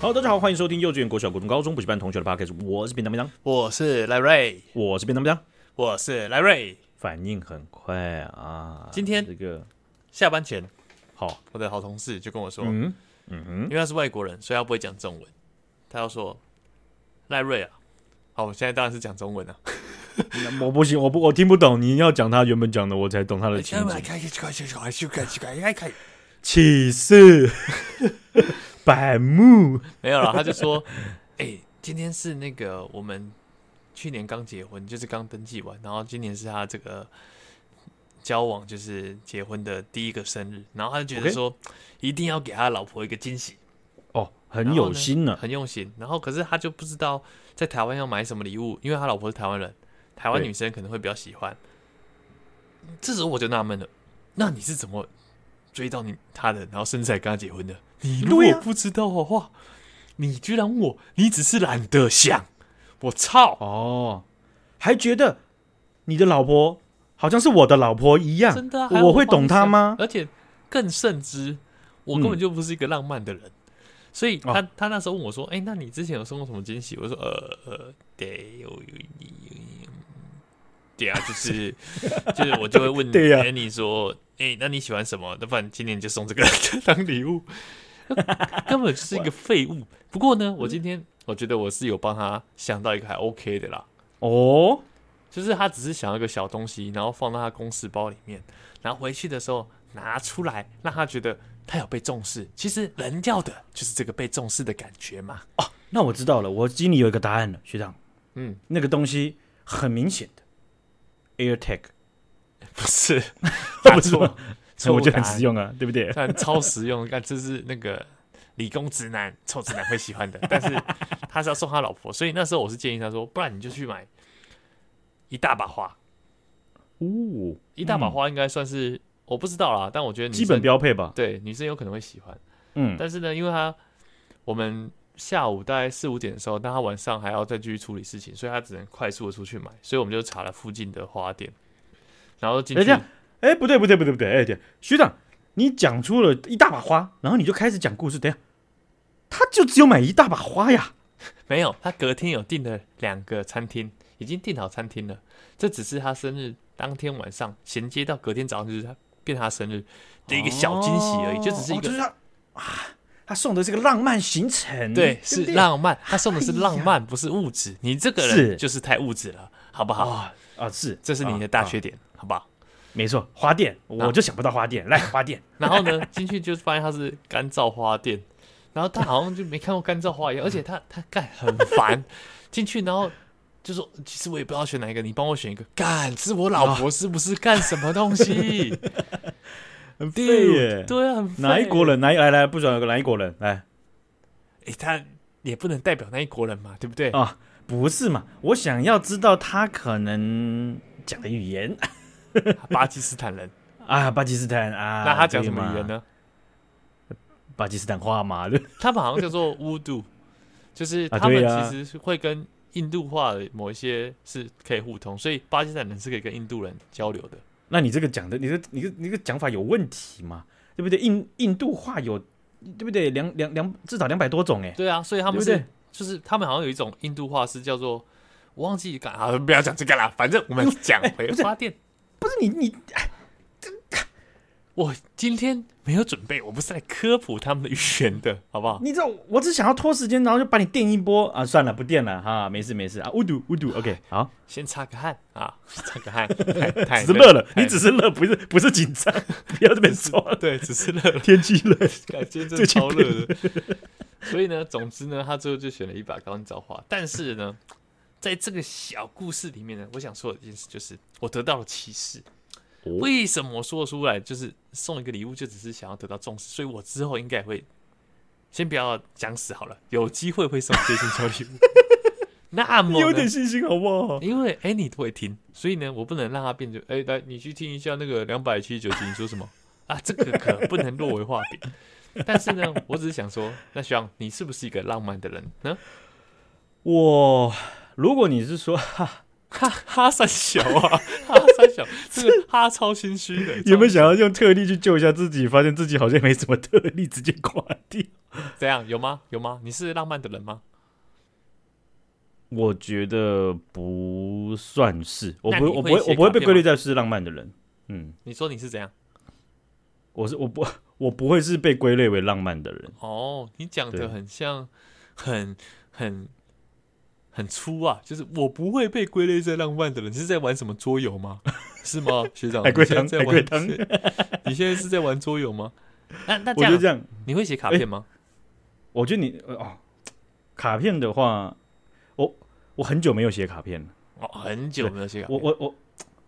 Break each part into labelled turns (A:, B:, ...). A: 好，大家好，欢迎收听幼稚园、国小、国中、高中补习班同学的 podcast，我是便当便当，
B: 我是赖瑞，
A: 我是便当便当，
B: 我是赖瑞。
A: 反应很快啊！
B: 今天
A: 这个
B: 下班前，
A: 好，
B: 我的好同事就跟我说，
A: 嗯嗯哼
B: 因，为他是外国人，所以他不会讲中文，他要说赖瑞啊。好，我现在当然是讲中文 啊。
A: 那我不行，我不我听不懂，你要讲他原本讲的，我才懂他的情
B: 来
A: 景。
B: 哎开开开开开开开开开开，
A: 起士， 百慕，
B: 没有了，他就说， 哎、今天是那个我们去年刚结婚，就是刚登记完，然后今年是他这个交往就是结婚的第一个生日，然后他就觉得
A: OK
B: 说一定要给他老婆一个惊喜。
A: 哦，很有心呢、
B: 很用心。然后可是他就不知道在台湾要买什么礼物，因为他老婆是台湾人，台湾
A: 对
B: 女生可能会比较喜欢。这时候我就纳闷了，那你是怎么追到你他的，然后甚至还跟他结婚的？你如
A: 对
B: 果
A: 啊
B: 不知道的话，你居然问我，你只是懒得想。我操！
A: 哦，还觉得你的老婆好像是我的老婆一样，
B: 真的啊、还要
A: 我会
B: 帮
A: 懂
B: 你
A: 她
B: 想
A: 吗？
B: 而且更甚之，我根本就不是一个浪漫的人，所以
A: 哦
B: 他、他那时候问我说：“哎、那你之前有送过什么惊喜？”我说：“呃呃，对，有有有，对啊，就是 就是我就会问
A: 对啊
B: 哎你说，哎、那你喜欢什么？那不然今年就送这个当 礼物，根本就是一个废物。不过呢，我今
A: 嗯
B: 天我觉得我是有帮他想到一个还 OK 的啦。”
A: 哦，
B: 就是他只是想要一个小东西，然后放到他公事包里面，然后回去的时候拿出来，让他觉得他有被重视。其实人要的就是这个被重视的感觉嘛。
A: 那我知道了，我心里有一个答案了，学长，
B: 嗯，
A: 那个东西很明显的，AirTag，
B: 不 是，
A: 不是吗
B: 错，错
A: 我
B: 误
A: 觉得
B: 答案
A: 很实，用啊，对不对？
B: 但超实用，但这是那个理工直男、臭直男会喜欢的。 但是他是要送他老婆，所以那时候我是建议他说，不然你就去买一大把花，
A: 哦，
B: 一大把花应该算是、我不知道啦，但我觉得女生
A: 基本标配吧，
B: 对女生有可能会喜欢。
A: 嗯，
B: 但是呢，因为他我们下午大概四五点的时候，但他晚上还要再继续处理事情，所以他只能快速的出去买，所以我们就查了附近的花店，然后进
A: 哎
B: 去
A: 这样哎，不对，不对，不对，不对，哎，对，学长，你讲出了一大把花，然后你就开始讲故事，等一下，他就只有买一大把花呀，
B: 没有，他隔天有订了两个餐厅，已经订好餐厅了，这只是他生日当天晚上衔接到隔天早上就是他变他生日的一个小惊喜而已，就只是一
A: 哦就
B: 个。
A: 是他啊，他送的是个浪漫行程，
B: 对，
A: 不
B: 是浪漫，他送的是
A: 嗯哎呀
B: 浪漫，不是物质。你这个
A: 是
B: 人就是太物质了，好不好？
A: 啊啊，是，
B: 这是你的
A: 啊
B: 大
A: 啊
B: 缺点，好不好？
A: 没错，花店，我就想不到花店，来花店，
B: 然后呢，进去就发现它是干燥花店，然后他好像就没看过干燥花一样，而且他他干很烦，进去然后就说，其实我也不知道选哪一个，你帮我选一个，干是我老
A: 哦
B: 婆是不是干什么 东西？
A: 很
B: 对
A: 废耶，
B: 对啊，很废
A: 哎哪一国？人？哪一来来，不准有个哪一国人来
B: 诶，他也不能代表那一国人嘛，对不对？
A: 啊？不是嘛？我想要知道他可能讲的语言
B: 巴基斯坦人，
A: 啊，巴基斯坦 啊，
B: 那他讲什么语
A: 对
B: 言
A: 嘛？
B: 呢？
A: 巴基斯坦话嘛，对
B: 他们好像叫做乌度，就是
A: 啊
B: 他们
A: 对啊
B: 其实是会跟印度话的某一些是可以互通，所以巴基斯坦人是可以跟印度人交流的。
A: 那你这个讲的，你这你这你这个讲法有问题嘛？对不对？印印度话有，对不对？两两两至少两百多种哎，
B: 对啊，所以他
A: 对
B: 们
A: 不
B: 是
A: 对？
B: 就是他们好像有一种印度话是叫做，我忘记干啊，不要讲这个啦，反正我们讲回
A: 哎不是
B: 花店。
A: 不是你你
B: 我今天没有准备，我不是来科普他们的语言的，好不好？
A: 你知道，我只想要拖时间，然后就把你电一波啊！算了，不电了哈，没事没事啊，乌嘟乌嘟，OK，好，
B: 先擦个汗啊，擦个汗，太太
A: 只是乐了，
B: 太
A: 你只是乐，不是不是紧张， 不要这边说了，
B: 对，只是乐了，
A: 天气热，
B: 感觉真
A: 最近
B: 的超热的。所以呢，总之呢，他最后就选了一把高音造化。但是呢，在这个小故事里面呢，我想说的一件事就是，我得到了启示。
A: 哦
B: 为什么说出来就是送一个礼物，就只是想要得到重视？所以我之后应该也会，先不要讲死好了，有机会会送贴心小礼物。 那
A: 你有
B: 么
A: 点
B: 呢，
A: 信心好不好？
B: 因为哎、你会听，所以呢，我不能让它变成哎、来你去听一下那个两百七十九集，你说什么 啊？这个可不能落为画饼。 但是呢，我只是想说，那徐昂，你是不是一个浪漫的人呢？
A: 我，如果你是 说
B: 哈哈三小啊， 哈三小，这个哈超心虚的。
A: 有没有想要用特例去救一下自己，发现自己好像没什么特例，直接垮掉，
B: 怎样？有吗？有吗？你是浪漫的人吗？
A: 我觉得不算是，我
B: 那
A: 不
B: 你
A: 我不
B: 会
A: 会
B: 写
A: 我不会
B: 卡
A: 被
B: 片
A: 归类
B: 吗
A: 在是浪漫的人，嗯，
B: 你说你是怎样？
A: 我是我不我不会是被归类为浪漫的人，
B: 哦，你讲
A: 对
B: 的很像，很很很粗啊，就是我不会被归类在浪漫的人。你是在玩什么桌游吗？ 是吗，学长？
A: 海龟
B: 你现在
A: 汤
B: 在
A: 海
B: 玩
A: 龟汤
B: 你现在是在玩桌游吗？ 那那
A: 我觉
B: 这样
A: 得，这样，
B: 你会写卡
A: 哎
B: 片吗？
A: 我觉得你呃哦，卡片的话，我我很久没有写卡片了，
B: 哦，很久没有写卡
A: 我
B: 片，
A: 我我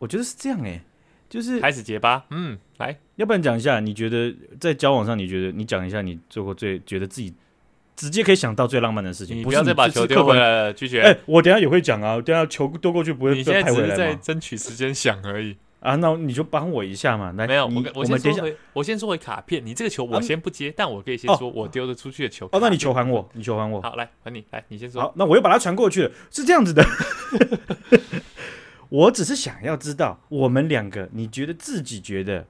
A: 我觉得是这样哎、就是
B: 开始结巴。嗯，来，
A: 要不然讲一下，你觉得在交往上，你觉得你讲一下你做过最觉得自己直接可以想到最浪漫的事情，
B: 你
A: 不
B: 不
A: 是
B: 要再把
A: 这是
B: 球
A: 客
B: 丢回
A: 观的。
B: 来了，拒
A: 哎、
B: 绝。
A: 我等一下也会讲啊，我等一下球丢过去不会
B: 你现
A: 被
B: 在
A: 拍
B: 只
A: 回
B: 是
A: 来
B: 在
A: 吗？
B: 争取时间想而已。
A: 啊，那你就帮我一下嘛，来，
B: 没有，
A: 你
B: 我跟
A: 我
B: 先
A: 们等
B: 说
A: 一下。
B: 回，我先说回卡片。你这个球
A: 啊
B: 我先不接，但我可以先
A: 哦
B: 说我丢得出去的球。
A: 哦，那你球还我，你球还我。
B: 好，来还你，来你先说。
A: 好，那我又把它传过去了，是这样子的。 我只是想要知道，我们两个，你觉得自己觉得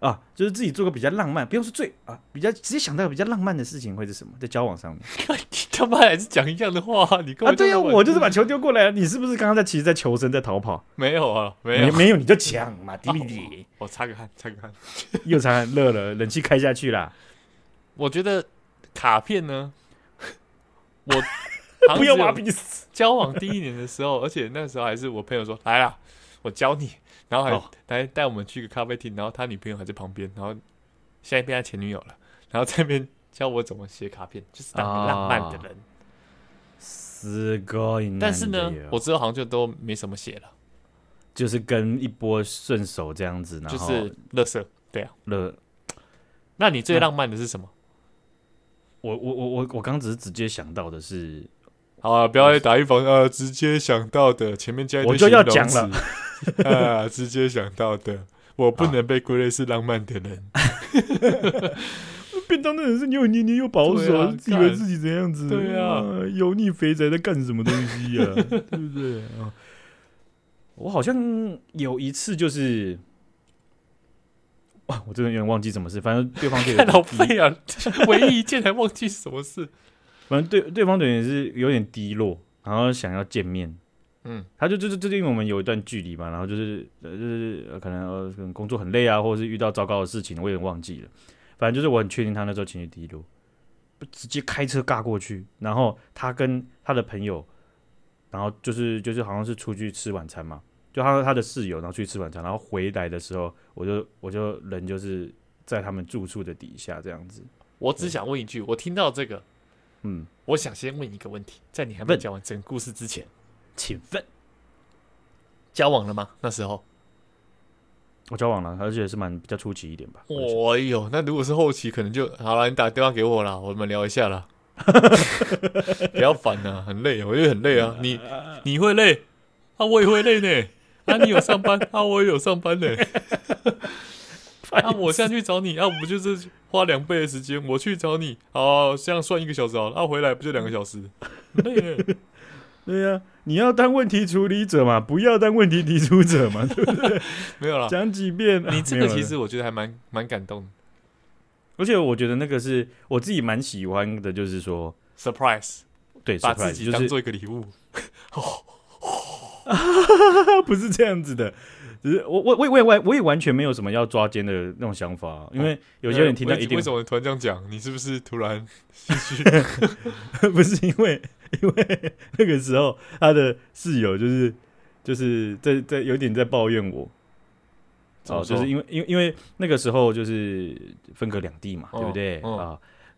A: 啊，就是自己做个比较浪漫，不用说最啊，比较直接想到比较浪漫的事情会是什么，在交往上面
B: 你 他妈还是讲一样的话、你根
A: 啊？
B: 本就
A: 对呀、
B: 没有
A: 我就是把球丢过来，你是不是刚刚在其实在求生，在逃跑？
B: 没有啊，没
A: 没
B: 有。
A: 没有你就抢嘛，弟弟，
B: 我擦个汗，擦个汗。
A: 又才热了，冷气开下去啦，
B: 我觉得卡片呢， 我
A: 不要挖
B: 把
A: 鼻屎。
B: 交往第一年的时候，而且那时候还是我朋友说来啦，我教你，然后还、
A: 哦
B: 来带我们去个咖啡厅，然后他女朋友还在旁边，然后现在变他前女友了，然后在那边教我怎么写卡片，就是当个浪漫的
A: 哦
B: 人。
A: すごいなんだよ
B: 但是呢，我之后好像就都没什么写了，
A: 就是跟一波顺手这样子，然
B: 就
A: 后
B: 是乐色。对啊，
A: 了
B: 那你最
A: 那
B: 浪漫的是什么？
A: 我我我我我刚只是直接想到的是，
B: 好啊，不要再打预防，呃，直接想到的，前面加一堆
A: 我就要
B: 形容词
A: 讲，
B: 啊，直接想到的，我不能被归类是浪漫的 人。
A: 便当的人是又黏黏又保
B: 对啊
A: 自以为自己怎样子，
B: 对啊
A: 哇，油腻肥宅在干什么东西 呀、对不对啊？我好像有一次就是，哇，我真的有点忘记什么事，反正对方 对我
B: 太
A: 有点
B: 老
A: 低
B: 费啊，唯一一件还忘记是什么事。
A: 反正对对方对也是有点低落，然后想要见面，
B: 嗯，
A: 他就就是就是因为我们有一段距离嘛，然后就是呃就是呃可能呃可能工作很累啊，或者是遇到糟糕的事情，我有点忘记了。反正就是我很确定他那时候情绪低落，不直接开车尬过去，然后他跟他的朋友，然后就是就是好像是出去吃晚餐嘛，就他和他的室友，然后出去吃晚餐，然后回来的时候，我就我就人就是在他们住处的底下这样子，
B: 我只想问一句，我听到这个，
A: 嗯，
B: 我想先问一个问题，在你还没
A: 问
B: 讲完整个故事之前，
A: 请问
B: 交往了吗？那时候，
A: 我交往了，而且是蛮比较出奇一点吧。我觉得
B: 哦哎呦，那如果是后期，可能就好了，你打电话给我啦，我们聊一 下啦。不要烦啊，很累，我也很累
A: 嗯
B: 啊。你你会累啊，我也会累呢。啊，你有上班啊，我也有上班 呢。啊，我现在去找你啊，我不就是花两倍的时间，我去找你，好、这样算一个小时好了，啊，回来不就两个小时？很 累呢。
A: 对呀、你要当问题处理者嘛，不要当问题提出者 嘛，对不对？
B: 没有啦，
A: 讲几遍。啊
B: 你这
A: 没
B: 个
A: 有了
B: 其实我觉得还蛮蛮感动的
A: 而且我觉得那个是我自己蛮喜欢的，就是说，
B: ，surprise，
A: 对，
B: 把
A: surprise，
B: 自己
A: 就
B: 当
A: 是
B: 做一个礼物。
A: 他不是这样子的，只是我我我我也完我也完全没有什么要抓奸的那种想法啊，因
B: 哦
A: 为有些人听到
B: 为
A: 一定
B: 为什么突然这样讲？你是不是突然
A: 不是因为因为那个时候他的室友就是就是在在有点在抱怨我，
B: 怎么
A: 哦，就
B: 说
A: 是因为因为因为那个时候就是分隔两地嘛，
B: 哦
A: 对不对
B: 哦
A: 啊？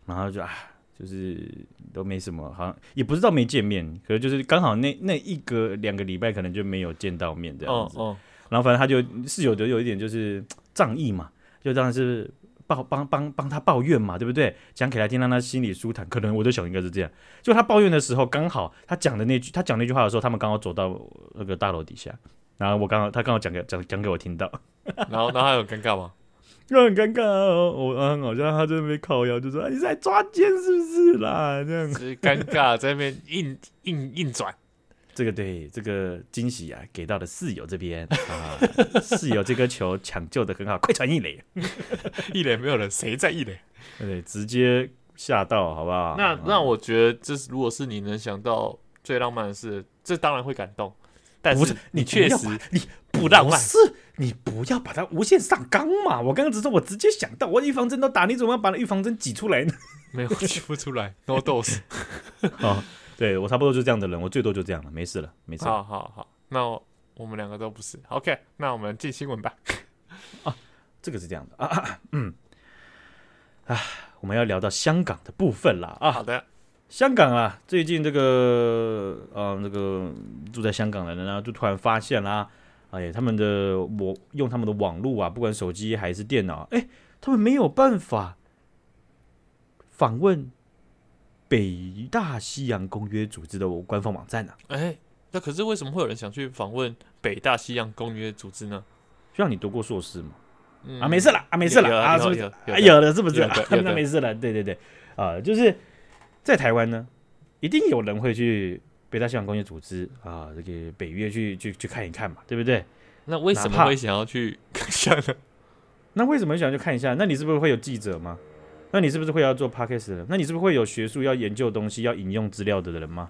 A: 然后就啊，就是都没什么，好像也不知道没见面，可是就是刚好那那一个两个礼拜可能就没有见到面这样
B: 哦
A: 子。
B: 哦，
A: 然后反正他就室友就有一点就是仗义嘛，就当然是抱帮帮帮他抱怨嘛，对不对？讲给他听，让他心里舒坦。可能我就想应该是这样。就他抱怨的时候，刚好他讲的那句他讲那句话的时候，他们刚好走到那个大楼底下，然后我刚好他刚好讲给讲讲给我听到，嗯
B: 然后然后还有尴 尬吗？
A: 就很尴尬哦。我嗯，好像他在那边靠腰，就说、啊、你在抓奸是不是啦？这样
B: 就是尴尬在那边硬硬硬转，
A: 这个对这个惊喜啊，给到了室友这边啊，室友这个球抢救的很好，快传一垒。
B: 一垒没有人，谁在一垒？
A: 对，直接吓到，好不好？
B: 那
A: 嗯
B: 那我觉得，这是如果是你能想到最浪漫的事，这当然会感动。但
A: 不是
B: 你
A: 你
B: 确
A: 不要
B: 实
A: 把你
B: 不浪
A: 不
B: 漫
A: 是你不要把它无限上纲嘛！我刚刚只是我直接想到，我预防针都打，你怎么要把那预防针挤出来呢？
B: 没 有取不出来，no dose。
A: 哦，对我差不多就这样的人，我最多就这样了，没事了，没事了。
B: 好好好，那我我们两个都不是。OK，那我们进新闻吧。
A: 这个是这样的啊啊，啊嗯，啊，我们要聊到香港的部分啦啊，
B: 好的，
A: 香港啊，最近这个啊、呃，这个住在香港的人啊，就突然发现啦、哎呀，他们的我用他们的网络啊，不管手机还是电脑，哎，他们没有办法访问北大西洋公约组织的官方网站啊。
B: 哎、那可是为什么会有人想去访问北大西洋公约组织呢？
A: 就像你读过硕士嘛？
B: 嗯
A: 啊，没事了，啊，没事
B: 有
A: 了，啊，是不
B: 有
A: 是？
B: 有
A: 啊，
B: 有的
A: 有的是不是？
B: 有的
A: 啊
B: 有的
A: 那没事了，对对对，啊，就是在台湾呢，一定有人会去北大西洋公约组织啊，这个北约去去去看一看嘛，对不对？
B: 那为什
A: 哪
B: 么
A: 怕
B: 会想要去想呢？
A: 那为什么想去看一下？那你是不是会有记者吗？那你是不是会要做 podcast 的人？那你是不是会有学术要研究东西、要引用资料的人吗？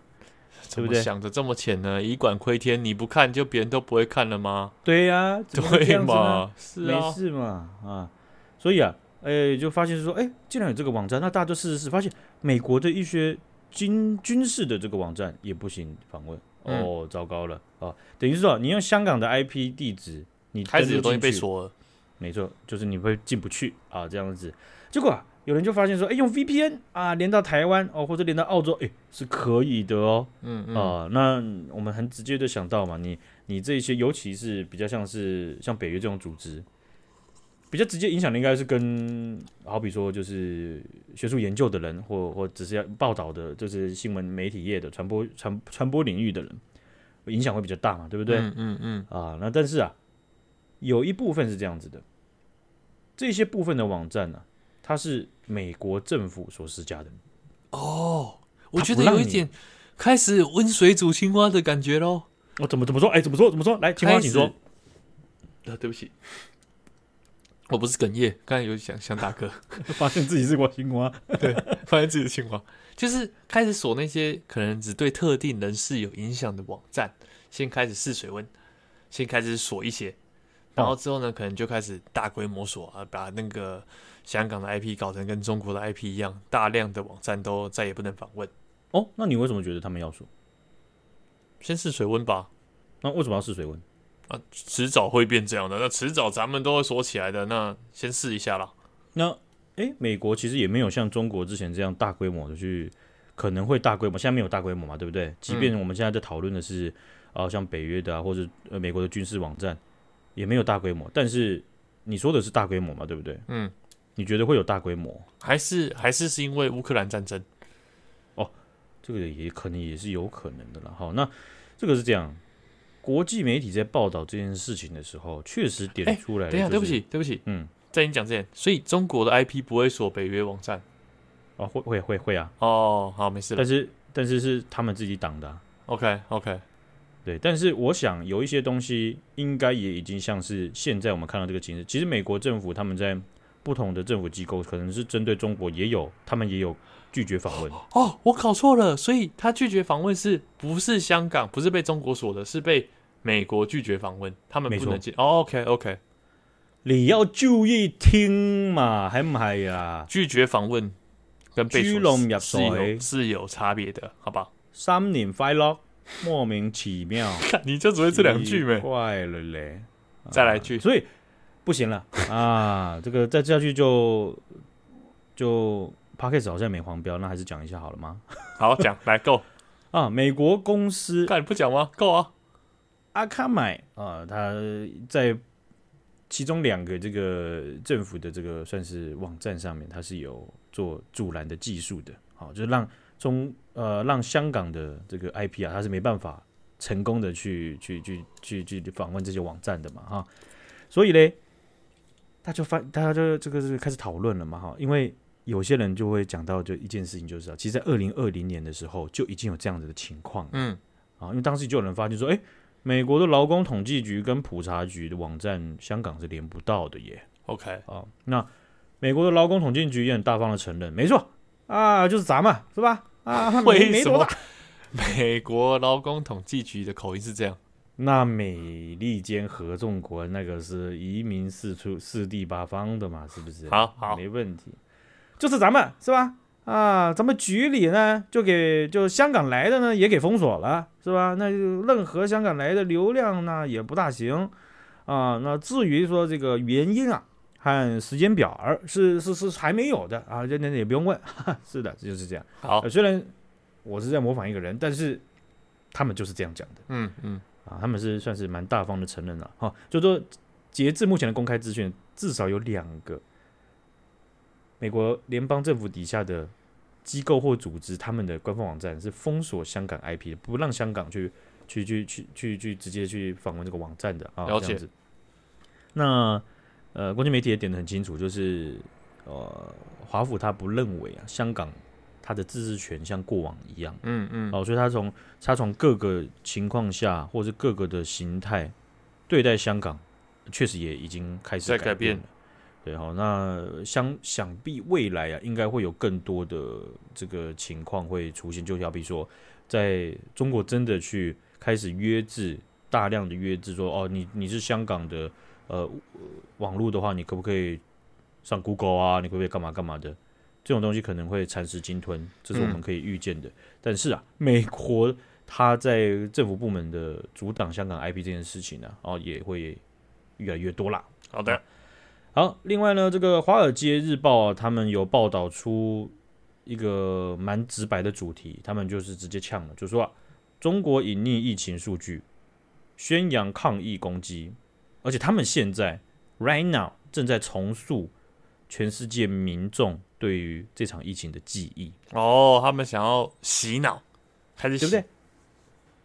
B: 怎
A: 不
B: 么
A: 对
B: 想的这么浅呢？以管窥天，你不看就别人都不会看了吗？
A: 对呀、怎么会这
B: 对
A: 样子呢？
B: 嘛？是
A: 没
B: 啊，
A: 事嘛啊，所以啊，哎、就发现说，哎、竟然有这个网站，那大家就试试试，发现美国的一些军军事的这个网站也不行访问，
B: 嗯
A: 哦，糟糕了啊，等于是说你用香港的 IP 地址，你
B: 开始
A: 登录
B: 有东西
A: 进
B: 被
A: 去，
B: 锁了。
A: 没错，就是你会进不去啊，这样子，结果、啊、有人就发现说，哎、用 VPN 啊，连到台湾哦，或者连到澳洲，哎、是可以的哦，
B: 嗯嗯，
A: 啊、那我们很直接的想到嘛，你你这些，尤其是比较像是像北约这种组织，比较直接影响的应该是跟好比说就是学术研究的人，或或只是要报道的，就是新闻媒体业的传播传传播领域的人，影响会比较大嘛，对不对？
B: 嗯嗯嗯，
A: 啊，那但是啊，有一部分是这样子的，这些部分的网站呢、它是美国政府所施加的。
B: 我
A: 他
B: 觉
A: 不
B: 得有
A: 让
B: 一
A: 你
B: 点开始温水煮青蛙的感觉喽。
A: 我、怎么怎么说？哎，怎么说？怎么说？来，青蛙，
B: 开
A: 请
B: 始
A: 说。
B: 啊，对不起，我不是哽咽，刚才有想想打嗝，
A: 发现自己是个青蛙。
B: 发现自己的情况，就是开始锁那些可能只对特定人士有影响的网站，先开始试水温，先开始锁一些，然后之后呢，可能就开始大规模锁啊，把那个香港的 IP 搞成跟中国的 IP 一样，大量的网站都再也不能访问，
A: 哦，那你为什么觉得他们要说？
B: 先试水温吧。
A: 那为什么要试水温？
B: 啊，迟早会变这样的。那迟早咱们都会锁起来的。那先试一下啦。
A: 那诶，美国其实也没有像中国之前这样大规模的去，可能会大规模，现在没有大规模嘛，对不对？即便我们现在在讨论的是，啊、像北约的啊，或者呃美国的军事网站，也没有大规模。但是你说的是大规模嘛，对不对？
B: 嗯，
A: 你觉得会有大规模？
B: 还是还是是因为乌克兰战争。
A: 这个也可能也是有可能的了。好，那这个是这样，国际媒体在报道这件事情的时候，确实
B: 诶
A: 点出来、
B: 等一下，对不，起，对不起，
A: 嗯，
B: 在你讲之前，所以中国的 IP 不会锁北约网站。
A: 啊，会会会会啊，
B: 哦，好，没事了
A: 但。是但是是他们自己挡的啊、
B: OK OK，
A: 对。但是我想有一些东西应该也已经像是现在我们看到这个情势，其实美国政府他们在不同的政府机构可能是针对中国也有，他们也有拒绝访 问，
B: 哦，我搞错了，所以他拒绝访问是不是香港？不是被中国锁的，是被美国拒绝访问，他们
A: 没
B: 不
A: 错
B: 能进。哦，OK OK，
A: 你要注意听嘛，还买呀、
B: 拒绝访问跟被
A: 居
B: 锁
A: 龙入
B: 是是有
A: 水
B: 是有差别的，好吧？
A: 三年快乐，莫名其妙，
B: 看你就只 会这两句没？
A: 怪了嘞，啊
B: 再来一句
A: 所以不行了 啊！这个再下去就就 p a c k a g e 好像没黄标，那还是讲一下好了吗？
B: 好，讲来够，
A: 啊，美国公司
B: 看你不讲吗？够啊！
A: 阿卡买啊，它在其中两个这个政府的这个算是网站上面，它是有做阻拦的技术的，好、就是让中呃让香港的这个 IP 啊，它是没办法成功的去去去去去访问这些网站的嘛，哈、所以嘞，他就发大家就这个是开始讨论了嘛，哈，因为有些人就会讲到就一件事情，就是啊，其实，在二零二零年的时候就已经有这样子的情况了。
B: 嗯，
A: 啊，因为当时就有人发现说，哎、美国的劳工统计局跟普查局的网站，香港是连不到的耶。
B: OK，
A: 啊，那美国的劳工统计局也很大方的承认，没错，啊，就是砸嘛，是吧？啊，没
B: 为
A: 没
B: 什
A: 多
B: 么
A: 大。
B: 美国劳工统计局的口音是这样？
A: 那美利坚合众国那个是移民四处四地八方的嘛，是不是？
B: 好好
A: 没问题，啊就是咱们是吧？啊，咱们局里呢就给就香港来的呢也给封锁了，是吧？那就任何香港来的流量呢也不大行啊。那至于说这个原因啊和时间表儿是是是还没有的啊，这那那也不用问， 是的，就是这样。
B: 好
A: 呃，虽然我是在模仿一个人，但是他们就是这样讲的。
B: 嗯嗯，
A: 啊，他们是算是蛮大方的承认了哈、就说截至目前的公开资讯，至少有两个美国联邦政府底下的机构或组织，他们的官方网站是封锁香港 IP 的，不让香港去去去去去去直接去访问这个网站的啊。
B: 了
A: 这
B: 解
A: 样子。那呃，国际媒体也点的很清楚，就是呃，华府他不认为啊，香港它的自治权像过往一样。
B: 嗯嗯，
A: 哦，所以他从他从各个情况下，或是各个的形态对待香港，确实也已经开始
B: 在
A: 改
B: 改变
A: 了。对，好，那相想必未来啊，应该会有更多的这个情况会出现，就要比说，在中国真的去开始约制大量的约制说，哦，你你是香港的呃网络的话，你可不可以上 Google 啊？你可不可以干嘛干嘛的？这种东西可能会蚕食鲸吞，这是我们
B: 嗯
A: 可以预见的。但是啊，美国它在政府部门的阻挡香港 IP 这件事情呢、哦，也会越来越多啦。
B: 好的，
A: 好，另外呢，这个《华尔街日报、啊》他们有报道出一个蛮直白的主题，他们就是直接呛了，就说、啊、中国隐匿疫情数据，宣扬抗疫攻击，而且他们现在 right now 正在重塑全世界民众对于这场疫情的记忆。
B: 哦，他们想要洗脑，开始洗
A: 对不对？？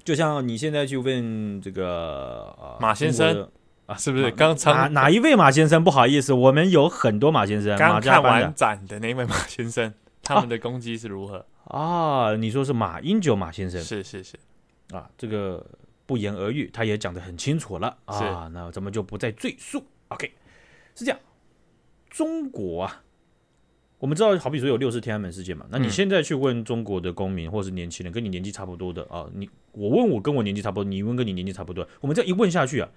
A: 就像你现在去问这个、呃、
B: 马先生
A: 中国的
B: 啊，是不是？刚
A: 哪
B: 刚
A: 哪一位马先生？不好意思，我们有很多马先生，马
B: 刚
A: 加
B: 看
A: 班
B: 完
A: 的
B: 展的那位马先生，他们的攻击是如何？
A: 啊。你说是马英九马先生
B: 是是是，
A: 啊？这个不言而喻，他也讲得很清楚了
B: 是
A: 啊。那咱们就不再赘述。OK，是这样，中国啊。我们知道，好比说有六四天安门事件嘛，那你
B: 嗯
A: 现在去问中国的公民或是年轻人，跟你年纪差不多的啊，你我问我跟我年纪差不多，你问跟你年纪差不多，我们这样一问下去啊，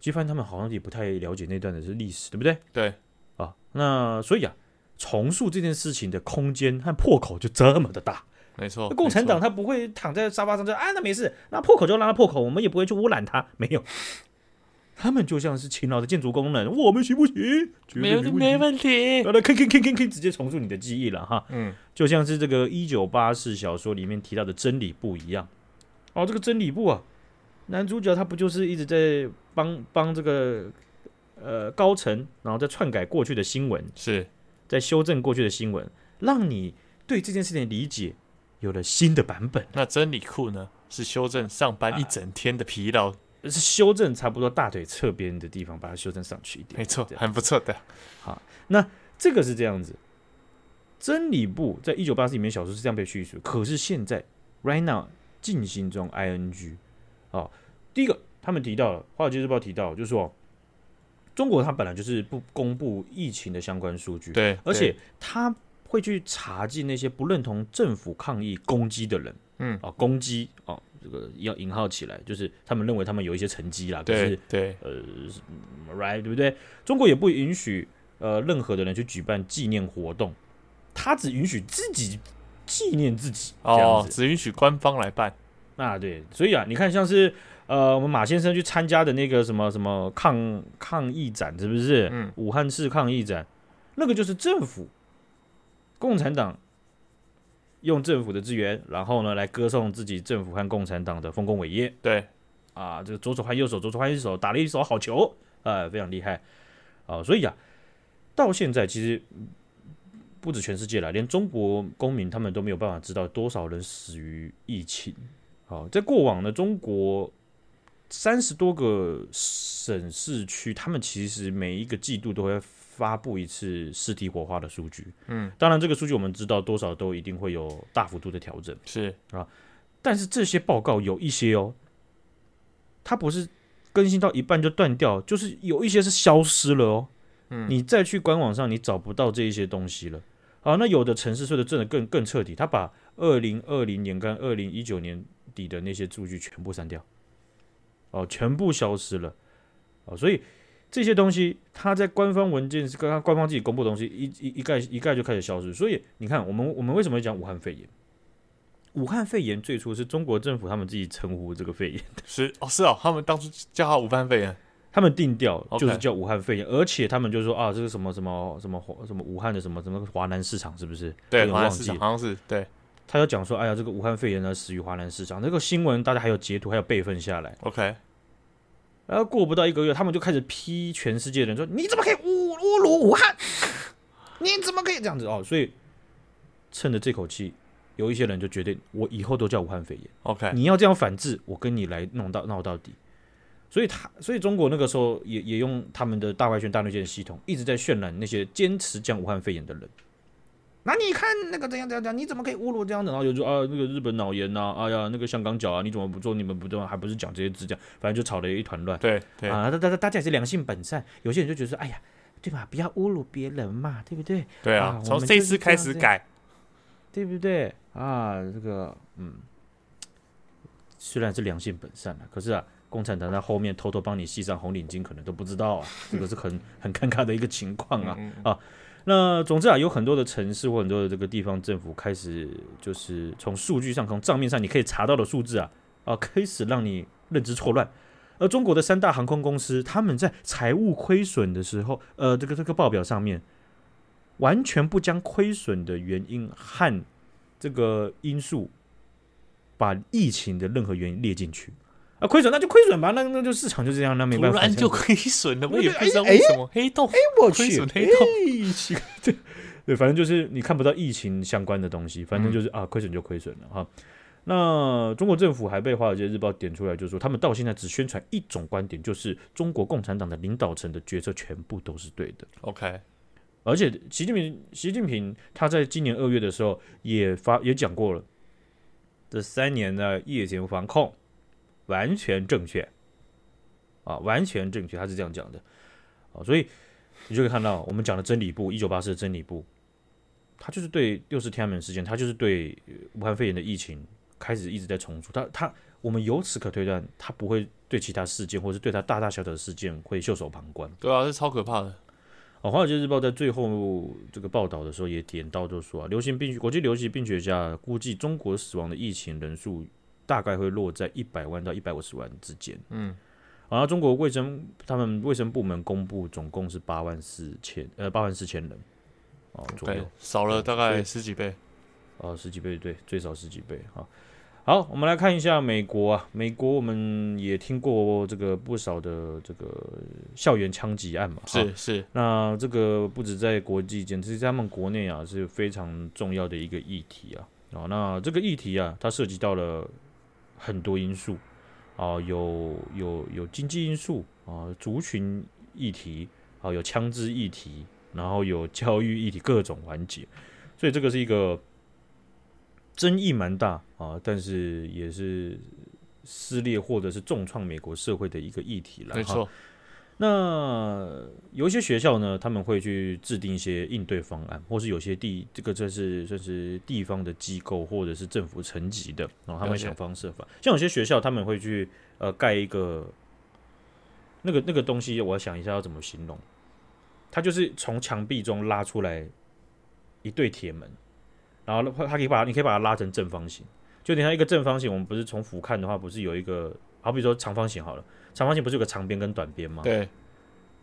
A: 其实发现他们好像也不太了解那段的是历史，对不对？
B: 对
A: 啊，那所以啊，重塑这件事情的空间和破口就这么的大。
B: 没错。
A: 共产
B: 哦没错
A: 党他不会躺在沙发上就啊，那没事，那破口就让它破口，我们也不会去污染它，没有。他们就像是勤劳的建筑工人，我们行不行？绝对
B: 没有
A: 没
B: 没
A: 问题。
B: 问题。
A: 然后可以可以可以可以可以直接重塑你的记忆了哈。
B: 嗯，
A: 就像是这个《一九八四》小说里面提到的真理部一样。哦，这个真理部啊，男主角他不就是一直在帮帮这个呃高层，然后在篡改过去的新闻，
B: 是
A: 在修正过去的新闻，让你对这件事情的理解有了新的版本，
B: 那真理库呢？是修正上
A: 啊
B: 班一整天的疲劳，
A: 呃是修正差不多大腿侧边的地方，把它修正上去一点
B: 没。错，
A: 对
B: 很不错的。
A: 这个是这样子。真理部在一九八四里面小说是这样被叙述，可是现在 right now 进行中 ing 哦，第一个他们提到了《华尔街日报》提到，就是说中国它本来就是不公布疫情的相关数据，
B: 对，
A: 而
B: 对
A: 且他会去查禁那些不认同政府抗议攻击的人，
B: 嗯
A: 啊，攻击哦，这个要引号起来，就是他们认为他们有一些成绩啦，可
B: 对
A: 是呃
B: 对，
A: right 对不对？中国也不允许呃任何的人去举办纪念活动，他只允许自己纪念自己这样
B: 哦，
A: 子。
B: 只允许官方来办。
A: 啊，对，所以啊，你看像是呃我们马先生去参加的那个什么什么抗抗议展，是不是？
B: 嗯，
A: 武汉市抗议展，那个就是政府，共产党用政府的资源，然后呢来歌颂自己政府和共产党的丰功伟业
B: 对，
A: 啊，这个左手换右手，左手换右手，打了一手好球，呃，非常厉害啊，所以啊，到现在其实嗯不止全世界了，连中国公民他们都没有办法知道多少人死于疫情。好、在过往呢，中国三十多个省市区，他们其实每一个季度都会发布一次尸体火化的数据。
B: 嗯，
A: 当然这个数据我们知道多少都一定会有大幅度的调整，
B: 是
A: 但是这些报告有一些哦，它不是更新到一半就断掉，就是有一些是消失了哦。
B: 嗯
A: 你再去官网上，你找不到这一些东西了。好，那有的城市睡得真的更更彻底，他把二零二零年跟二零一九年底的那些数据全部删掉，哦，全部消失了，哦，所以这些东西他在官方文件是刚刚官方自己公布的东西，一一一概一概就开始消失。所以你看，我们我们为什么会讲武汉肺炎？武汉肺炎最初是中国政府他们自己称呼这个肺炎，
B: 是哦，是哦，他们当初叫他武汉肺炎，
A: 他们定调
B: OK
A: 就是叫武汉肺炎而且他们就说啊，这是什么什么什么什么武汉的什么什么华南市场是不是？有
B: 对，
A: 点
B: 好像
A: 忘
B: 是
A: 记了
B: 好像是对
A: 他就讲说，哎呀，这个武汉肺炎呢死于华南市场，那个新闻大家还有截图，还有备份下来。
B: ，OK，
A: 然后过不到一个月，他们就开始批全世界的人说，你怎么可以侮侮辱武汉？你怎么可以这样子哦？所以趁着这口气，有一些人就决定，我以后都叫武汉肺炎。
B: OK，
A: 你要这样反制，我跟你来弄到闹到底。所以他，所以中国那个时候也也用他们的大外宣、大内宣系统，一直在渲染那些坚持讲武汉肺炎的人。那你看那个怎样怎样怎样，你怎么可以侮辱这样的？然后就说啊，那个日本脑炎呐、哎呀，那个香港脚啊，你怎么不做？你们不做，还不是讲这些字这样，反正就吵得一团乱
B: 对对，
A: 啊。大大大家也是良性本善，有些人就觉得说，哎呀，对吧？不要侮辱别人嘛，对不对？
B: 对
A: 啊
B: 啊，
A: 我
B: 从
A: 们
B: 这
A: 就是
B: 次
A: 这
B: 开
A: 样
B: 始
A: 子
B: 改，
A: 对不对啊？这个嗯，虽然是良性本善啊，可是啊，共产党在后面偷偷帮你系上红领巾，可能都不知道啊，这个是很很尴尬的一个情况啊。
B: 嗯嗯
A: 那总之啊，有很多的城市或很多的这个地方政府开始就是从数据上、从账面上你可以查到的数字啊，啊，开始让你认知错乱。而中国的三大航空公司，他们在财务亏损的时候，呃，这个这个报表上面完全不将亏损的原因和这个因素，把疫情的任何原因列进去。啊，亏损那就亏损吧，那那就市场就这样，那没
B: 突
A: 办法。
B: 然
A: 这样
B: 就亏损了，我
A: 对
B: 也
A: 对
B: 不知道为
A: 哎
B: 什么黑洞，
A: 我
B: 亏
A: 去
B: 损，黑洞，
A: 哎奇怪对对，反正就是你看不到疫情相关的东西，反
B: 嗯
A: 正就是、啊，亏损就亏损了哈。那中国政府还被《华尔街日报》点出来，就是说他们到现在只宣传一种观点，就是中国共产党的领导层的决策全部都是对的。
B: OK，
A: 而且习近平，习近平他在今年二月的时候也发也讲过了，这三年的疫情防控完全正确啊，完全正确，他是这样讲的啊，所以你就可以看到我们讲的真理部一九八四的真理部，他就是对六四天安门事件，他就是对呃武汉肺炎的疫情开始一直在重述，他他我们由此可推断，他不会对其他事件或是对他大大小小的事件会袖手旁观。
B: 对啊，这超可怕的，
A: 哦，《华尔街日报》在最后这个报道的时候也点到，就说啊，流行病学国际流行病学家估计中国死亡的疫情人数大概会落在一百万到一百五十万之间。
B: 嗯，
A: 然后中国卫生他们卫生部门公布总共是八万四千呃八万四千人哦左右
B: 对，，少了大
A: 所
B: 概
A: 以
B: 十几倍，
A: 哦十几倍对，最少十几倍啊。好，我们来看一下美国啊，美国我们也听过这个不少的这个校园枪击案嘛，哈
B: 是是，
A: 那这个不止在国际间，其实在他们国内啊是非常重要的一个议题啊。啊，那这个议题啊，它涉及到了很多因素啊，有有有经济因素啊，族群议题啊，有枪支议题，然后有教育议题，各种环节，所以这个是一个争议蛮大啊，但是也是撕裂或者是重创美国社会的一个议题了。
B: 没
A: 哈
B: 错，
A: 那有一些学校呢，他们会去制定一些应对方案，或是有些地这个这是这是地方的机构或者是政府层级的，然后他
B: 了
A: 们
B: 解
A: 想方设法。像有些学校他们会去呃盖一个那个那个东西，我要想一下要怎么形容，它就是从墙壁中拉出来一对铁门，然后它它可以把它你可以把它拉成正方形，就等像一个正方形，我们不是从俯瞰的话，不是有一个好比说长方形好了，长方形不是有个长边跟短边吗？
B: 对，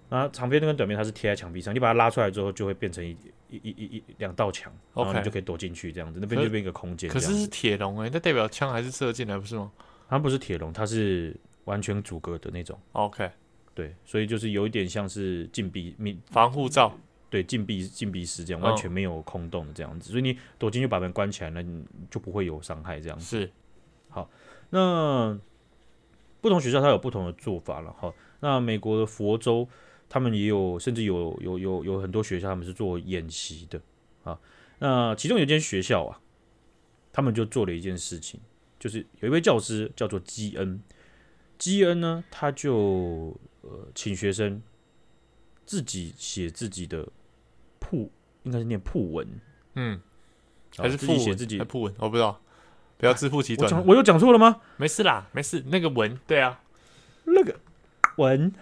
A: 啊，长边跟短边它是贴在墙壁上，你把它拉出来之后，就会变成一一一一一两道墙，然后
B: OK
A: 你就可以躲进去这样子，那边
B: 可
A: 就变一个空间。
B: 可是是，铁笼哎，那代表枪还是射进来不是吗
A: 它不是铁笼，它是完全阻隔的那种，
B: ？OK，
A: 对，所以就是有一点像是禁闭密，
B: 防护罩，
A: 对，禁闭禁闭室这样，
B: 嗯
A: 完全没有空洞的这样子，所以你躲进去把门关起来，那你就不会有伤害这样子。
B: 是
A: 那不同学校它有不同的做法了哈。那美国的佛州，他们也有，甚至有有有有很多学校他们是做演习的啊。那其中有一间学校啊，他们就做了一件事情，就是有一位教师叫做基恩，基恩呢，他就呃请学生自己写自己的铺，应该是念铺文
B: 嗯，
A: 好
B: 还是
A: 自
B: 副
A: 己
B: 文
A: 写自己哎
B: 还。是副文，我不知道，不要自负其
A: 我
B: 短
A: 讲，。我有讲错了吗？
B: 没事啦，没事，那个文，对啊，
A: 那个文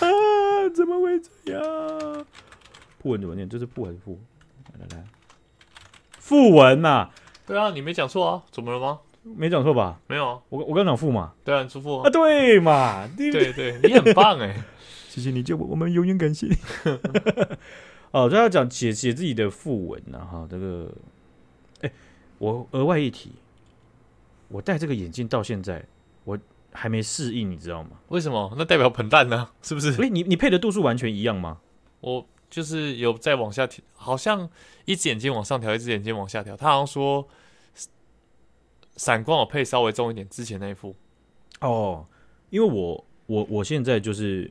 A: 啊，怎么会这样？不文怎么念？这是不还是不？来来来，副文呐、
B: 对啊，你没讲错啊，怎么了吗？
A: 没讲错吧？
B: 没有啊，
A: 我我刚讲副嘛，
B: 对啊，你出副
A: 啊
B: 啊，
A: 对嘛，对不对？
B: 对对，你很棒哎，
A: 谢谢你救我，我们永远感谢你。 哦，就要讲写写自己的副文呐、哈，这个，哎、我额外一提，我戴这个眼镜到现在，我还没适应，你知 道吗？
B: 为什么？那代表笨蛋呢，是不是？
A: 喂，你你配的度数完全一样吗？
B: 我就是有再往下调，好像一只眼睛往上调，一只眼睛往下调。他好像说，闪光我配稍微重一点，之前那一副，
A: 哦，因为我我我现在就是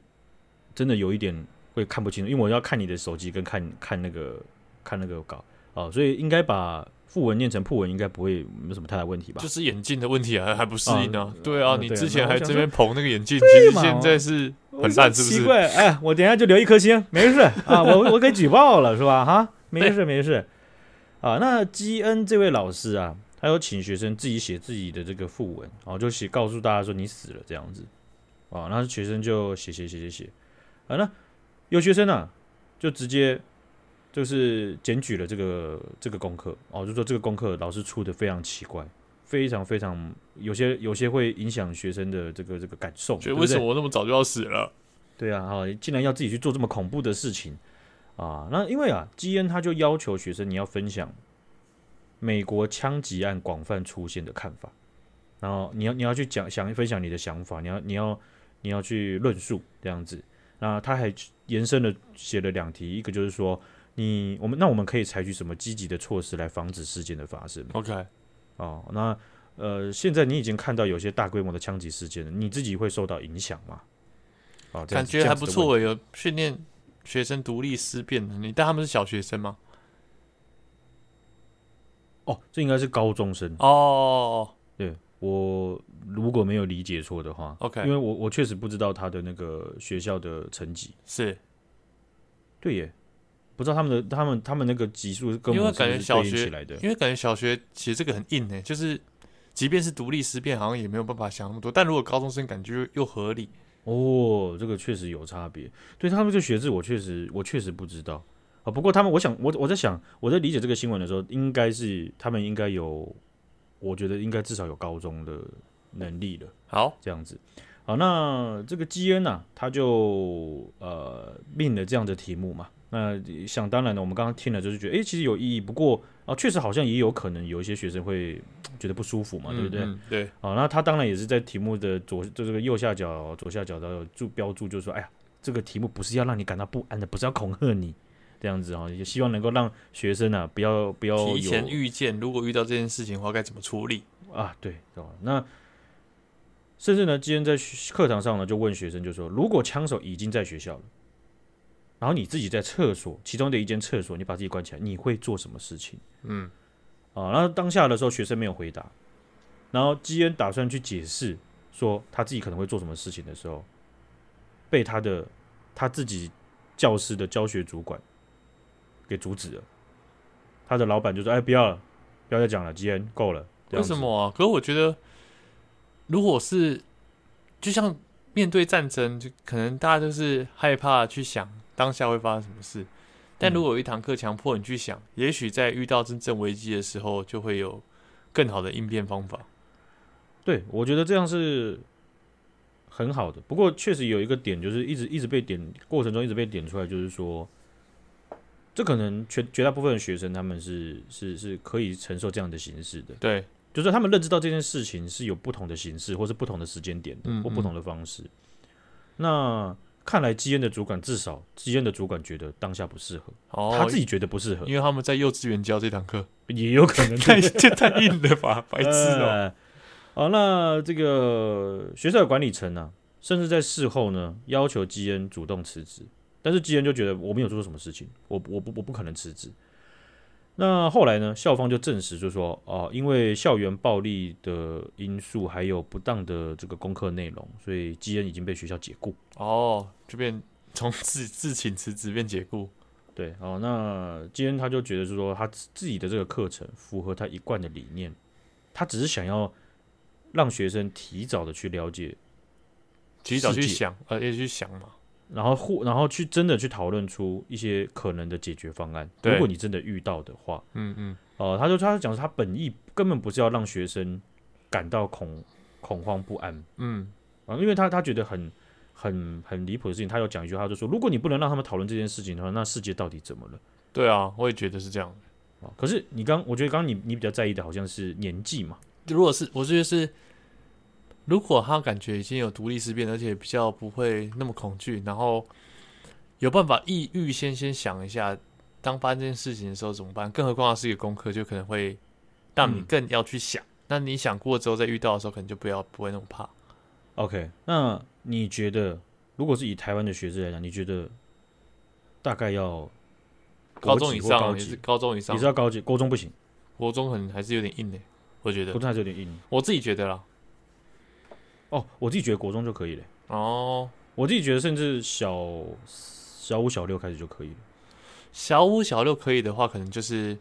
A: 真的有一点会看不清楚，因为我要看你的手机跟看看那个看那个稿哦，所以应该把副文念成铺文，应该不会没什么太大问题吧？
B: 就是眼镜的问题啊，还不适应啊
A: 啊。
B: 对啊，
A: 嗯
B: 你
A: 对啊
B: 之前
A: 那
B: 还
A: 我想啊
B: 这边捧那个眼镜，其实
A: 嘛
B: 现在是很烂，是不
A: 奇
B: 是？
A: 怪，哎，我等一下就留一颗星，没事啊，我我给举报了是吧？哈，没事没事啊。那基恩这位老师啊，他有请学生自己写自己的这个副文，然、后就写告诉大家说你死了这样子啊，然后学生就写写写写写啊，那有学生啊，就直接就是检举了这个这个功课哦，就说这个功课老师出的非常奇怪。非常非常有些有些会影响学生的这个这个感受，对
B: 觉得
A: 不
B: 为
A: 对
B: 什么我那么早就要死了？
A: 对啊，哈，竟然要自己去做这么恐怖的事情啊！那因为啊，基恩他就要求学生你要分享美国枪击案广泛出现的看法，然后你要你要去讲想分享你的想法，你要你要你要去论述这样子。那他还延伸了写了两题，一个就是说你我们那我们可以采取什么积极的措施来防止事件的发生
B: OK，
A: 哦，那呃，现在你已经看到有些大规模的枪击事件了，你自己会受到影响吗？哦，这样
B: 感
A: 子
B: 觉还
A: 这
B: 不。
A: 样子的问题
B: 错，有训练学生独立思辨能力，但他们是小学生吗？
A: 哦，这应该是高中生。
B: 哦
A: 对我如果没有理解错的话
B: 哦，OK，
A: 因为我我确实不知道他的那个学校的成绩。
B: 是
A: 对耶，不知道他们的他们他们那个级数跟
B: 因
A: 我
B: 为
A: 们是
B: 感
A: 不
B: 觉
A: 是
B: 小
A: 对应
B: 学
A: 起来的。
B: 因为感觉小学写这个很硬呢、欸就是即便是独立思辨，好像也没有办法想那么多。但如果高中生感觉又又合理，
A: 哦，这个确实有差别。对他们这学制，我确实我确实不知道啊。不过他们，我想我我在想我在理解这个新闻的时候，应该是他们应该有，我觉得应该至少有高中的能力了。
B: 好，
A: 这样子。好，那这个基恩呢、啊他就呃命了这样的题目嘛。那想当然的，我们刚刚听了就是觉得，诶，其实有意义。不过啊，确实好像也有可能有一些学生会嗯觉得不舒服嘛，对不对？
B: 嗯嗯对，
A: 好，那他当然也是在题目的左，就这个右下角、左下角都有注标注，就是说，哎呀，这个题目不是要让你感到不安的，不是要恐吓你这样子哈、哦也希望能够让学生啊，不要不要有
B: 提前预见，如果遇到这件事情的话，该怎么处理？
A: 啊，对，懂了。那甚至呢，今天在学课堂上呢，就问学生，就说，如果枪手已经在学校了，然后你自己在厕所其中的一间厕所，你把自己关起来，你会做什么事情？
B: 嗯，
A: 啊，然后当下的时候，学生没有回答，然后基恩打算去解释说他自己可能会做什么事情的时候，被他的他自己教师的教学主管给阻止了。他的老板就说：“哎，不要了，不要再讲了，基恩够了。”这
B: 为
A: 样子
B: 什么啊？可是我觉得，如果是就像面对战争，就可能大家都是害怕去想当下会发生什么事。但
A: 嗯
B: 如果有一堂课强迫你去想，也许在遇到真正危机的时候，就会有更好的应变方法。
A: 对，我觉得这样是很好的。不过确实有一个点，就是一直一直被点过程中一直被点出来，就是说，这可能绝绝大部分的学生他们是是是可以承受这样的形式的，
B: 对，
A: 就是他们认知到这件事情是有不同的形式，或是不同的时间点的，
B: 嗯
A: 或不
B: 嗯
A: 同的方式。那看来基恩的主管至少基恩的主管觉得当下不适合，
B: 哦，
A: 他自己觉得不适合，
B: 因为他们在幼稚园教这堂课，
A: 也有可能
B: 太这太硬了 吧，白痴哦、
A: 呃好，那这个学校的管理层呢、甚至在事后呢要求基恩主动辞职，但是基恩就觉得我没有做错什么事情，我我不我不可能辞职。那后来呢，校方就证实，就说哦、因为校园暴力的因素还有不当的这个功课内容，所以基恩已经被学校解雇。
B: 哦，就变从自自请辞职变解雇，
A: 对，哦，那今天他就觉得是说他自自己的这个课程符合他一贯的理念，他只是想要让学生提早的去了解，
B: 提早去
A: 世界
B: 想，呃，也去想嘛，
A: 然后互然后去真的去讨论出一些可能的解决方案。
B: 对
A: 如果你真的遇到的话，
B: 嗯嗯，
A: 哦，他就他讲说他本意根本不是要让学生感到恐恐慌不安
B: 嗯，
A: 啊，因为他他觉得很很很离谱的事情，他有讲一句话他就说，如果你不能让他们讨论这件事情的话，那世界到底怎么了？
B: 对啊，我也觉得是这样。
A: 啊，可是你刚，我觉得刚刚你你比较在意的好像是年纪嘛，
B: 如果是我觉得是，如果他感觉已经有独立思辨，而且比较不会那么恐惧，然后有办法预预先先想一下，当发生这件事情的时候怎么办？更何况它是一个功课，就可能会让你
A: 嗯
B: 更要去想。那你想过之后，再遇到的时候，可能就不要不会那么怕。
A: OK，那你觉得，如果是以台湾的学制来讲，你觉得大概要
B: 高
A: 国
B: 中
A: 几
B: 以
A: 或
B: 上
A: 高
B: 也
A: 级
B: 是高中以上
A: 也是，要高级，国中不行，
B: 国中可能还是有点硬呢、我觉
A: 国
B: 得
A: 中还是有点硬。
B: 我自己觉得啦。
A: 哦，我自己觉得国中就可以了，
B: 哦，
A: 我自己觉得甚至小小五、小六开始就可以了。
B: 小五、小六可以的话，可能就是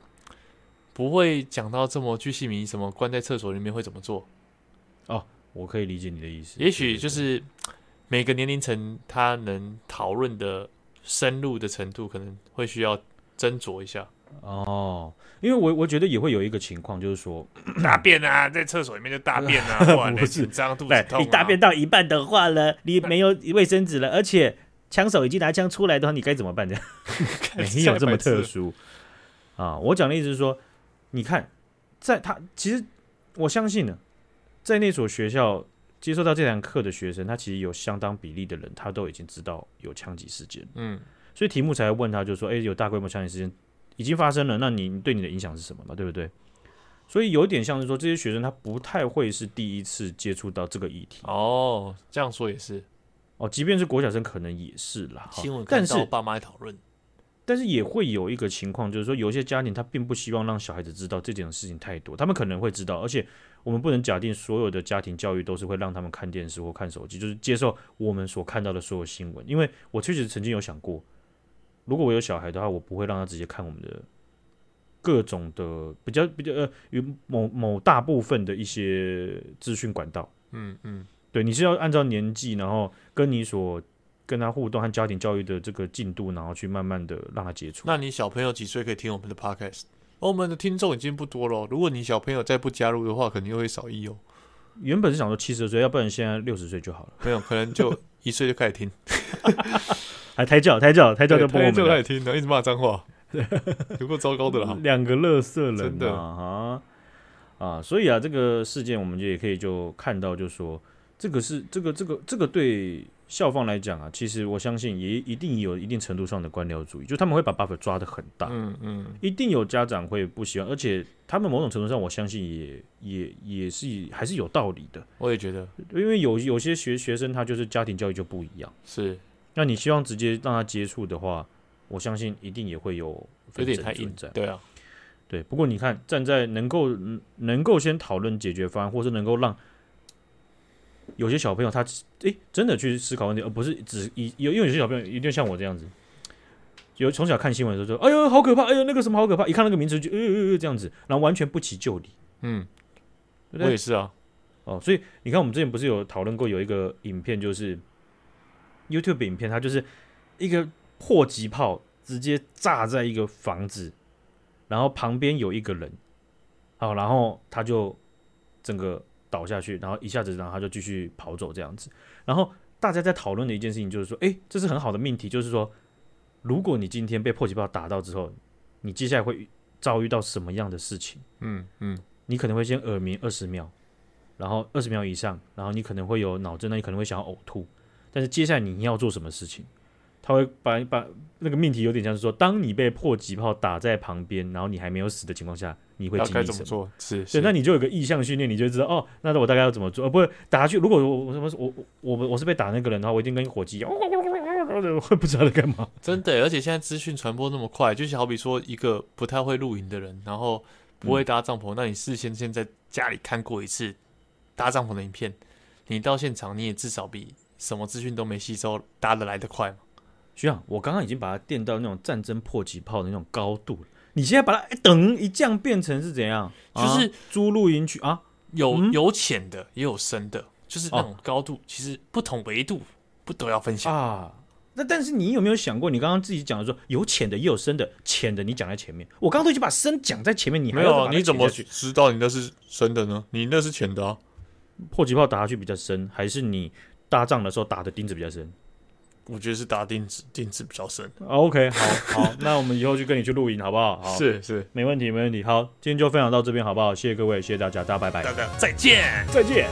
B: 不会讲到这么巨细迷，什么关在厕所里面会怎么做。
A: 我可以理解你的意思，
B: 也许
A: 对
B: 就，是每个年龄层他能讨论的深入的程度，可能会需要斟酌 一下。
A: 对对哦，因为我我觉得也会有一个情况，就是说，
B: 大便啊，在厕所里面就大便啊， 不然
A: 不
B: 呢
A: 是
B: 紧张肚
A: 对
B: 子痛、啊。
A: 你大便 到一半的话呢，你没有卫生纸了，而且枪手已经拿枪出来的话，你该怎么办呢？ 没有这么特殊啊！我讲的意思是说，你看，在他其实我相信呢，在那所学校接受到这堂课的学生，他其实有相当比例的人，他都已经知道有枪击事件，
B: 嗯，
A: 所以题目才会问他，就说：“诶，有大规模枪击事件已经发生了，那你你对你的影响是什么嘛？对不对？”所以有点像是说，这些学生他不太会是第一次接触到这个议题
B: 哦，这样说也是。
A: 哦，即便是国小生可能也是啦，哈
B: 新闻看
A: 但是
B: 到爸妈在讨论，
A: 但是也会有一个情况，就是说有些家庭他并不希望让小孩子知道这件事情太多，他们可能会知道，而且我们不能假定所有的家庭教育都是会让他们看电视或看手机，就是接受我们所看到的所有新闻。因为我确实曾经有想过，如果我有小孩的话，我不会让他直接看我们的各种的比较比较呃有某某大部分的一些资讯管道。
B: 嗯嗯，
A: 对，你是要按照年纪，然后跟你所跟他互动和家庭教育的这个进度，然后去慢慢的让他接触。
B: 那你小朋友几岁可以听我们的 podcast？、哦、我们的听众已经不多了哦，如果你小朋友再不加入的话，肯定会少一哦。
A: 原本是想说七十岁，要不然现在六十岁就好了。
B: 没有，可能 就一岁就开始听，
A: 还哎胎教，胎教，胎教就不
B: 对
A: 我
B: 他就
A: 们
B: 开
A: 了
B: 始听，然后一直骂脏 话，有够糟糕的啦。
A: 两个乐色人、啊，
B: 真的
A: 啊啊！所以啊，这个事件我们就也可以就看到，就说这个是这个这个这个对校方来讲啊，其实我相信也一定有一定程度上的官僚主义，就他们会把 buffer 抓得很大。
B: 嗯嗯，
A: 一定有家长会不希望，而且他们某种程度上，我相信也也也是还是有道理的，
B: 我也觉得
A: 因为有有些学学生他就是家庭教育就不一样，
B: 是
A: 那你希望直接让他接触的话，我相信一定也会有
B: 有
A: 纷
B: 点
A: 争
B: 太硬
A: 存在。
B: 对啊，
A: 对，不过你看，站在能够嗯能够先讨论解决方案，或是能够让有些小朋友他诶真的去思考问题，而不是只以有因为有些小朋友一定像我这样子，有从小看新闻的时候就哎呦好可怕，哎呦那个什么好可怕，一看那个名词就呃呃呃这样子，然后完全不起就理，
B: 嗯，
A: 对不
B: 我
A: 对
B: 也？是啊，
A: 哦，所以你看我们之前不是有讨论过有一个影片，就是 YouTube 影片，它就是一个迫击炮直接炸在一个房子，然后旁边有一个人，好，然后他就整个倒下去，然后一下子，然后他就继续跑走这样子。然后大家在讨论的一件事情就是说，诶，这是很好的命题，就是说，如果你今天被迫击炮打到之后，你接下来会遇遭遇到什么样的事情？
B: 嗯嗯，
A: 你可能会先耳鸣二十秒，然后二十秒以上，然后你可能会有脑震荡，你可能会想要呕吐。但是接下来你要做什么事情？他会把把那个命题有点像是说，当你被迫击炮打在旁边，然后你还没有死的情况下，你会
B: 要
A: 经
B: 该
A: 历
B: 怎
A: 什
B: 么做？是
A: 对，
B: 是，
A: 那你就有个意向训练，你就知道哦，那我大概要怎么做？呃，不会打下去。如果我我什么我我我我是被打那个人的话，我一定跟火鸡一样，我会不知道在干嘛。
B: 真的耶，而且现在资讯传播那么快，就是好比说一个不太会露营的人，然后不会搭帐篷，那你事先先在家里看过一次搭帐篷的影
A: 嗯
B: 片，你到现场你也至少比什么资讯都没吸收搭得来得快嘛。
A: 学长，我刚刚已经把它电到那种战争迫击炮的那种高度了，你现在把它哎等一降变成是怎样？
B: 就是
A: 啊租露营区啊，
B: 有、
A: 嗯
B: 有浅的，也有深的，就是那种高度，其实不同维度不都要分享。
A: 啊。那但是你有没有想过，你刚刚自己讲的说有浅的也有深的，浅的你讲在前面，我刚刚都已经把深讲在前面，你还
B: 没
A: 要再
B: 有
A: 把
B: 啊，
A: 它
B: 你怎么
A: 讲下去
B: 知道你那是深的呢？你那是浅的啊。
A: 迫击炮打下去比较深，还是你搭帐的时候打的钉子比较深
B: 我觉得是打定制，定制比较深。
A: 啊？OK，好 好，那我们以后就跟你去露营好不好？好，
B: 是是，
A: 没问题没问题。好，今天就分享到这边好不好？谢谢各位，谢谢大家，大家拜拜
B: 大，家再见。
A: 再见。